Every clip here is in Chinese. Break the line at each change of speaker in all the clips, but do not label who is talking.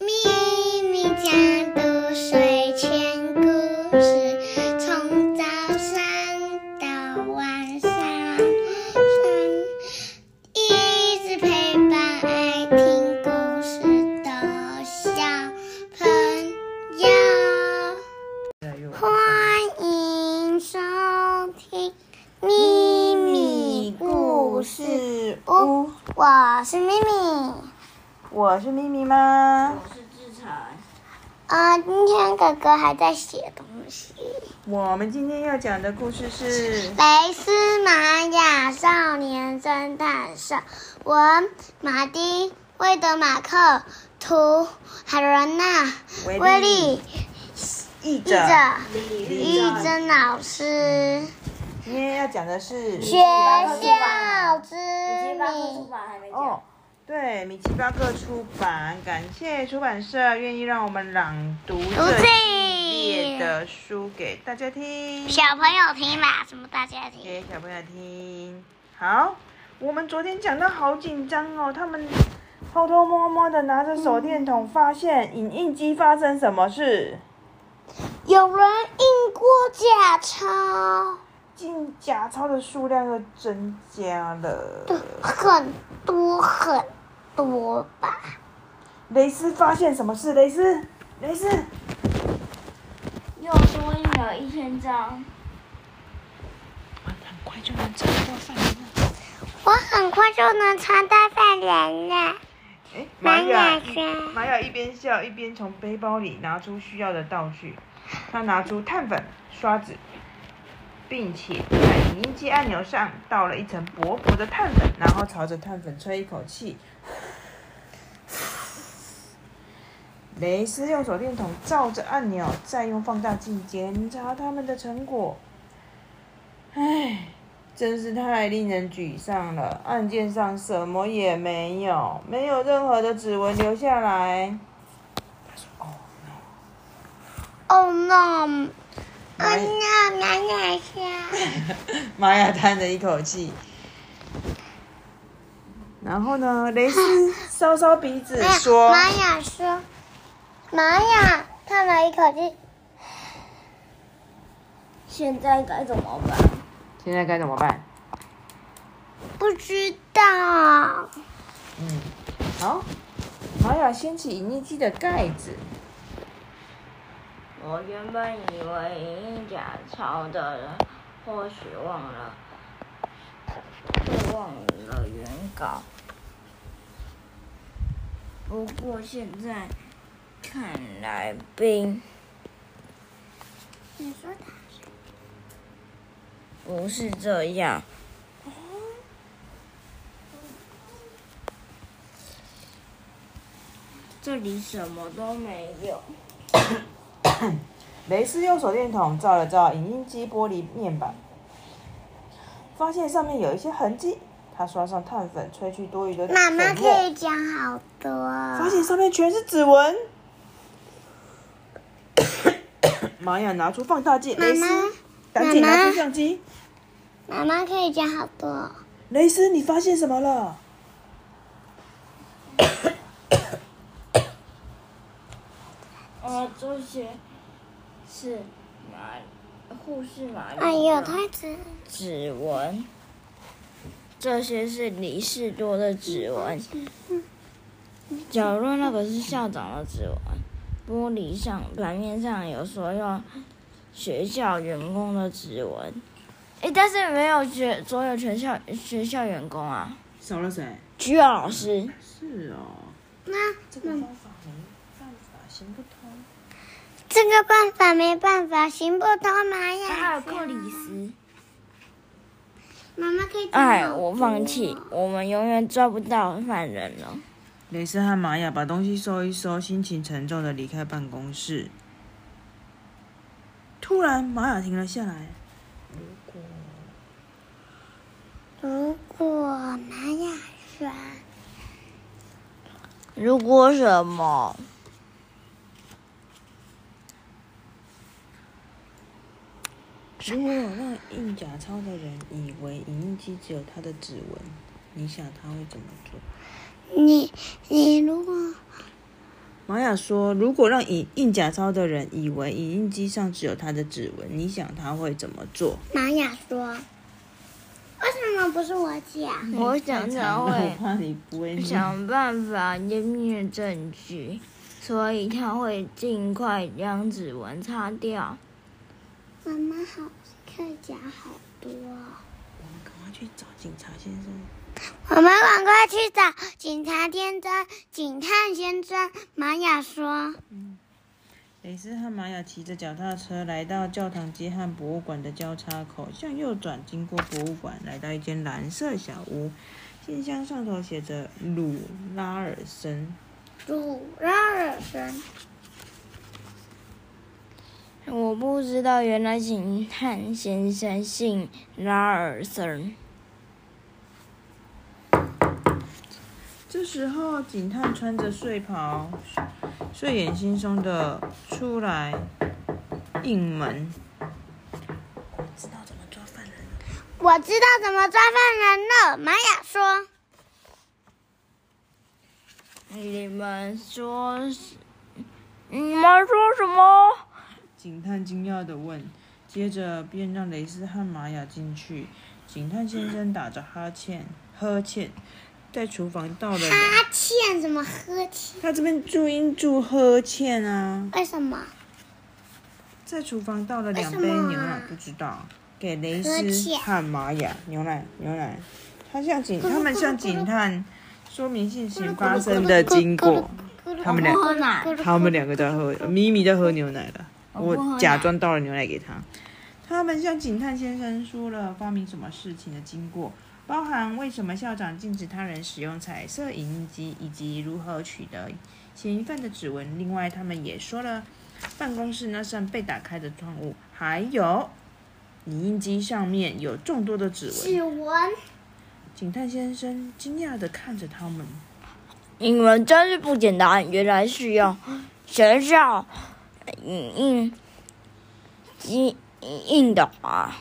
咪咪家的睡前故事，从早上到晚上，一直陪伴爱听故事的小朋友。欢迎收听咪咪故事屋，我是咪咪。
我是咪咪吗？
啊，今天哥哥还在写东西。
我们今天要讲的故事是
雷斯玛雅少年侦探社，文马丁·魏德马克，图海伦娜·威利，
译
译
者。
者于真老师。
今天要讲的是
学校之谜，
哦，对，米奇巴克出版，感谢出版社愿意让我们朗读
读
这系列
记。
的书给大家听，
小朋友听嘛，什么大家听？
给小朋友听。好，我们昨天讲到好紧张哦，他们偷偷摸摸的拿着手电筒，发现影印机发生什么事。
有人印过假钞，
进假钞的数量又增加了。
很多很多吧。
雷斯发现什么事？雷斯，雷斯，
又多印了一千张，
很快就能超过犯人了。
我很快就能穿戴犯人了。
哎，玛
玛雅
雅，
轩，
玛雅一边笑一边从背包里拿出需要的道具，她拿出碳粉、刷子，并且在影音机按钮上倒了一层薄薄的碳粉，然后朝着碳粉吹一口气。 雷斯用手电筒照着按钮，再用放大镜检查他们的成果。唉，真是太令人沮丧了！案件上什么也没有，没有任何的指纹留下来。他说：“哦，
哦 no！
玛
哦 no，玛雅轩，
玛雅叹了一口气。然后呢，雷斯搔搔鼻子说
玛雅说，玛雅叹了一口气，
现在该怎么办？：“
现在该怎么办
不知道。？”
嗯，好。玛雅掀起影印机的盖子，
我原本以为印假钞的人或许忘了，忘了原稿。不过现在看来并
你说的
不是这样。哦这里什么都没有。
雷斯用手电筒照了照影印机玻璃面板，发现上面有一些痕迹。他刷上碳粉，吹去多余的
妈妈
粉末
可以讲好多。
发现上面全是指纹。 玛雅拿出放大镜，
妈
雷
妈
斯，赶紧
妈妈
拿出相机。
妈妈可以讲好多。
雷斯，你发现什么了？
呃，这些是马护士马
哎呦，太子，
指纹，这些是李士多的指纹。角落那个是校长的指纹，玻璃上版面上有所有学校员工的指纹，诶，但是没有学所有全校学校员工啊，
少了谁？
居尔老师。
是哦，
那
这个方法没办法行不通。
这个办法没办法，行不通，玛雅。
还有克里斯，
妈妈可以讲好多。
哎，我放弃，我们永远抓不到犯人了。
雷斯和玛雅把东西收一收，心情沉重的离开办公室。突然，玛雅停了下来。
如果玛雅说，
如果什么？
如果有让印假钞的人以为影印机只有他的指纹，你想他会怎么做？
你你如果
玛雅说：“如果让印印假钞的人以为影印机上只有他的指纹，你想他会怎么做
玛雅说：“为什么不是我讲？
我想 他？”
我
啊会
怕你不会念
想办法湮灭证据，所以他会尽快将指纹擦掉。
妈妈好，课讲好多哦。
我们赶快去找警察先生。
我们赶快去找警察先生、警探先生。玛雅说
蕾丝和玛雅骑着脚踏车来到教堂街和博物馆的交叉口，向右转，经过博物馆，来到一间蓝色小屋，信箱上头写着鲁拉尔森。：“
主让人生。
我不知道，原来警探先生姓拉尔森。
这时候，警探穿着睡袍，睡眼惺忪的出来应门。知道怎么抓犯人了。”
我知道怎么抓犯人了。玛雅说
你们说是？你们说什么？
警探惊讶地问，接着便让雷斯和玛雅进去。警探先生打着哈欠，呵欠，在厨房倒了两。：“
哈欠怎么喝气？
他这边注音注呵欠啊，
为什么
在厨房倒了两
为
杯
什么啊
牛奶，不知道给
呵
雷斯
欠
和玛雅牛奶牛奶。他向警他们向警探说明事情发生的经过。他们俩
我不喝奶
他们两个在喝，咪咪在喝牛奶了。
我不喝奶
我假装倒了牛奶给他。他们向警探先生说了发明什么事情的经过，包含为什么校长禁止他人使用彩色影印机，以及如何取得嫌疑犯的指纹。另外，他们也说了办公室那扇被打开的窗户，还有影印机上面有众多的指纹。
指纹。”
警探先生惊讶地看着他们。
你们真是不简单，原来是用学校影印印印的啊！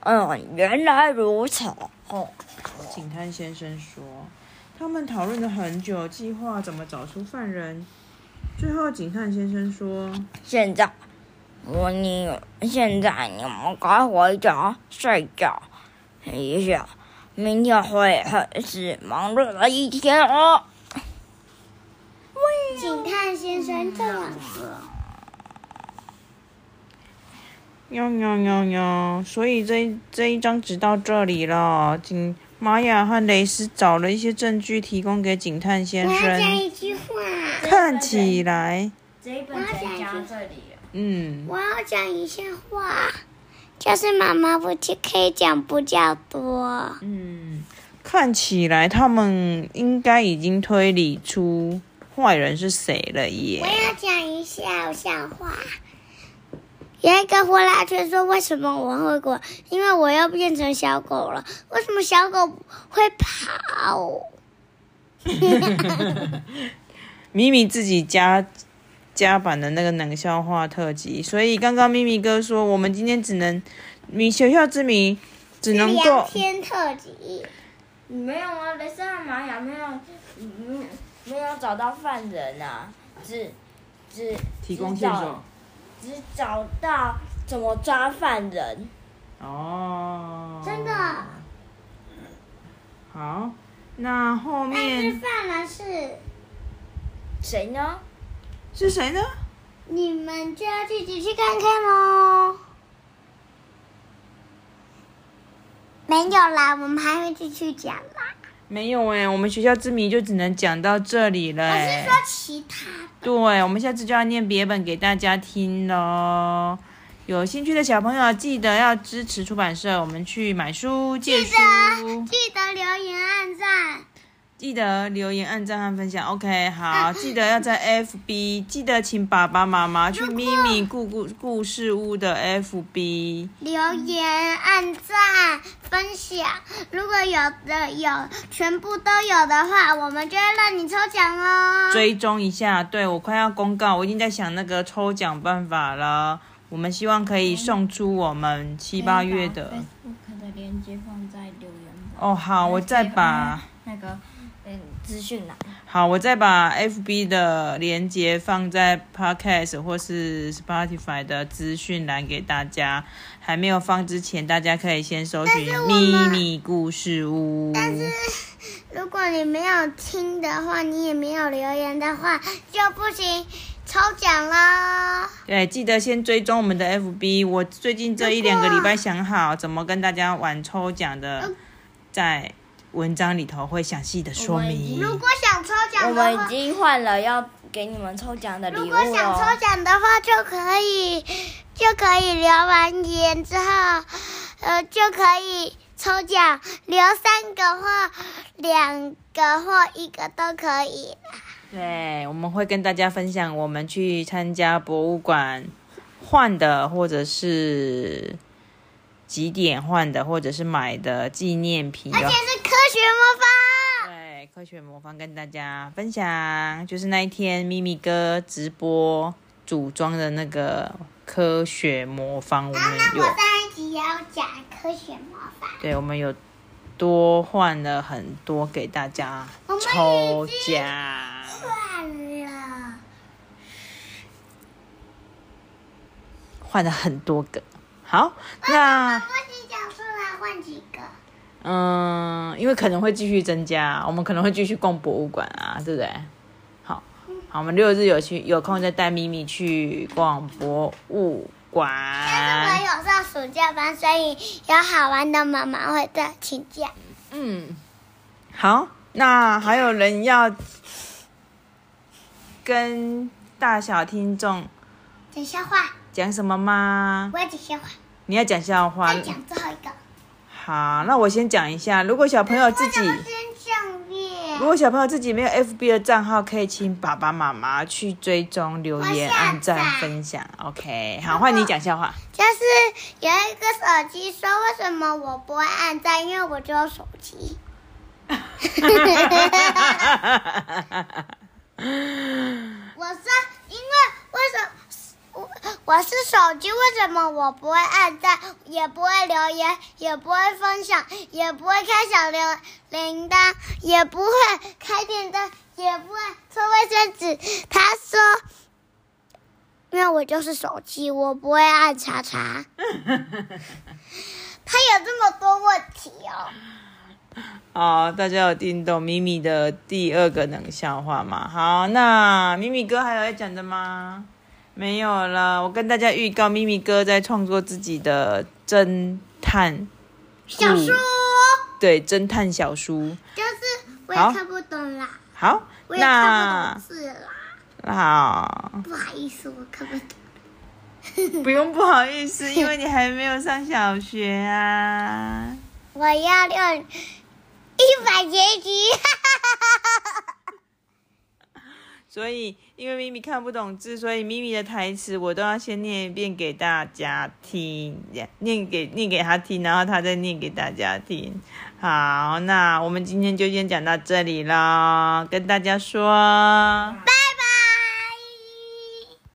嗯，原来如此。哦，
警探先生说，他们讨论了很久，计划怎么找出犯人。最后，警探先生说
现在我你现在你们该回家睡觉一下，明天会很是忙碌的一天哦。
警探先生这样说。：“
喵喵喵喵。”所以这一这一章只到这里了。警玛雅和雷斯找了一些证据提供给警探先
我要讲
生。
一句话，
看起来，
这一本
才讲
这里
嗯，
我要讲一下话，就是妈妈不去可以讲不较多。
嗯，看起来他们应该已经推理出坏人是谁了耶
我。要讲一下笑话。有一个火辣却说：“为什么我会滚？因为我要变成小狗了。为什么小狗会跑？
咪咪自己加加版的那个冷笑话特辑，所以刚刚咪咪哥说，我们今天只能米学校之谜只能
聊
够
天特辑。
没有啊，雷斯和玛雅没有，嗯，没有找到犯人啊，只只只找，只找到怎么抓犯人。
哦，
真的
好，那后
但是
面
犯人是
谁呢？
是谁呢？
你们就要自己去看看喽。没有啦，我们还会继续讲啦。
没有哎、我们学校之谜就只能讲到这里了、
我
哎
是说其他
对，我们下次就要念别本给大家听喽。有兴趣的小朋友记得要支持出版社，我们去买书、借
记
书。
得记得留言、按赞、
记得留言、按赞和分享。OK，好，记得要在 FB，记 得请爸爸妈妈去咪咪故故故事屋的 FB。
留言、按赞、分享。如果有的有全部都有的话，我们就会让你抽奖哦。
追踪一下。对我快要公告，我已经在想那个抽奖办法了。我们希望可以送出我们七八月的。
Facebook 的链接放在留言板。
哦，好，我再把
那个嗯资讯栏。
好，我再把 FB 的连接放在 Podcast 或是 Spotify 的资讯栏给大家。还没有放之前，大家可以先搜寻
但是
“
我
秘
们
密故事屋”。
但是 如果你没有听的话，你也没有留言的话，就不行抽奖喽。
对，记得先追踪我们的 FB。我最近这一两个礼拜想好怎么跟大家玩抽奖的，
嗯
在文章里头会详细的说明。
如果想抽
我
奖
们
的
已
话，
经换了要给你们抽奖的礼
啊如
物
果想抽
了。
奖的话，就可以就可以留完言之后，呃，就可以抽奖，留三个或两个或一个都可以。
对，我们会跟大家分享我们去参加博物馆换的，或者是几点换的，或者是买的纪念品
而
的
且。是科学魔法。
对，科学魔方跟大家分享，就是那一天咪咪哥直播组装的那个科学魔方，我
然后
们
呢，啊我
有
上一集也有讲科学魔法，
对，我们有多换了很多给大家
我们已
抽
经
奖。
算了，
换了很多个。好，那
我只讲出来换几个。
嗯，因为可能会继续增加，我们可能会继续逛博物馆啊，对不对？好，好，我们六日有去有空再带咪咪去逛博物
但是
馆。
我有上暑假班，所以有好玩的妈妈会再请假。
嗯，好，那还有人要跟大小听众
讲笑话，
讲什么吗？
我要讲笑话，
你要讲笑话
再。讲最后一个。
好，那我先讲一下，如果小朋友自己。
我先上月，
如果小朋友自己没有 FB 的账号，可以请爸爸妈妈去追踪、留言、
我下载
按赞、分享。OK，好，换你讲笑话。
就是有一个手机说为什么我不会按赞，因为我只有手机。我说，因为为什么我我是手机，为什么我不会按赞，也不会留言，也不会分享，也不会开小铃铃铛，也不会开电灯，也不会抽卫生纸？他说，因为我就是手机，我不会按叉叉。 他有这么多问题哦。
好，大家有听懂咪咪的第二个冷笑话吗？好，那咪咪哥还有要讲的吗？没有了。我跟大家预告，咪咪哥在创作自己的侦探
小
嗯
说
对侦探小书。
就是我也
好
看不懂啦，
好，
我也看不
那
懂字啦，
好。
不好意思，我看不懂。
不用不好意思，因为你还没有上小学啊。
我要用一百结局，
所以，因为咪咪看不懂字，所以咪咪的台词我都要先念一遍给大家听，念给念给他听，然后他再念给大家听。好，那我们今天就先讲到这里啦，跟大家说，
拜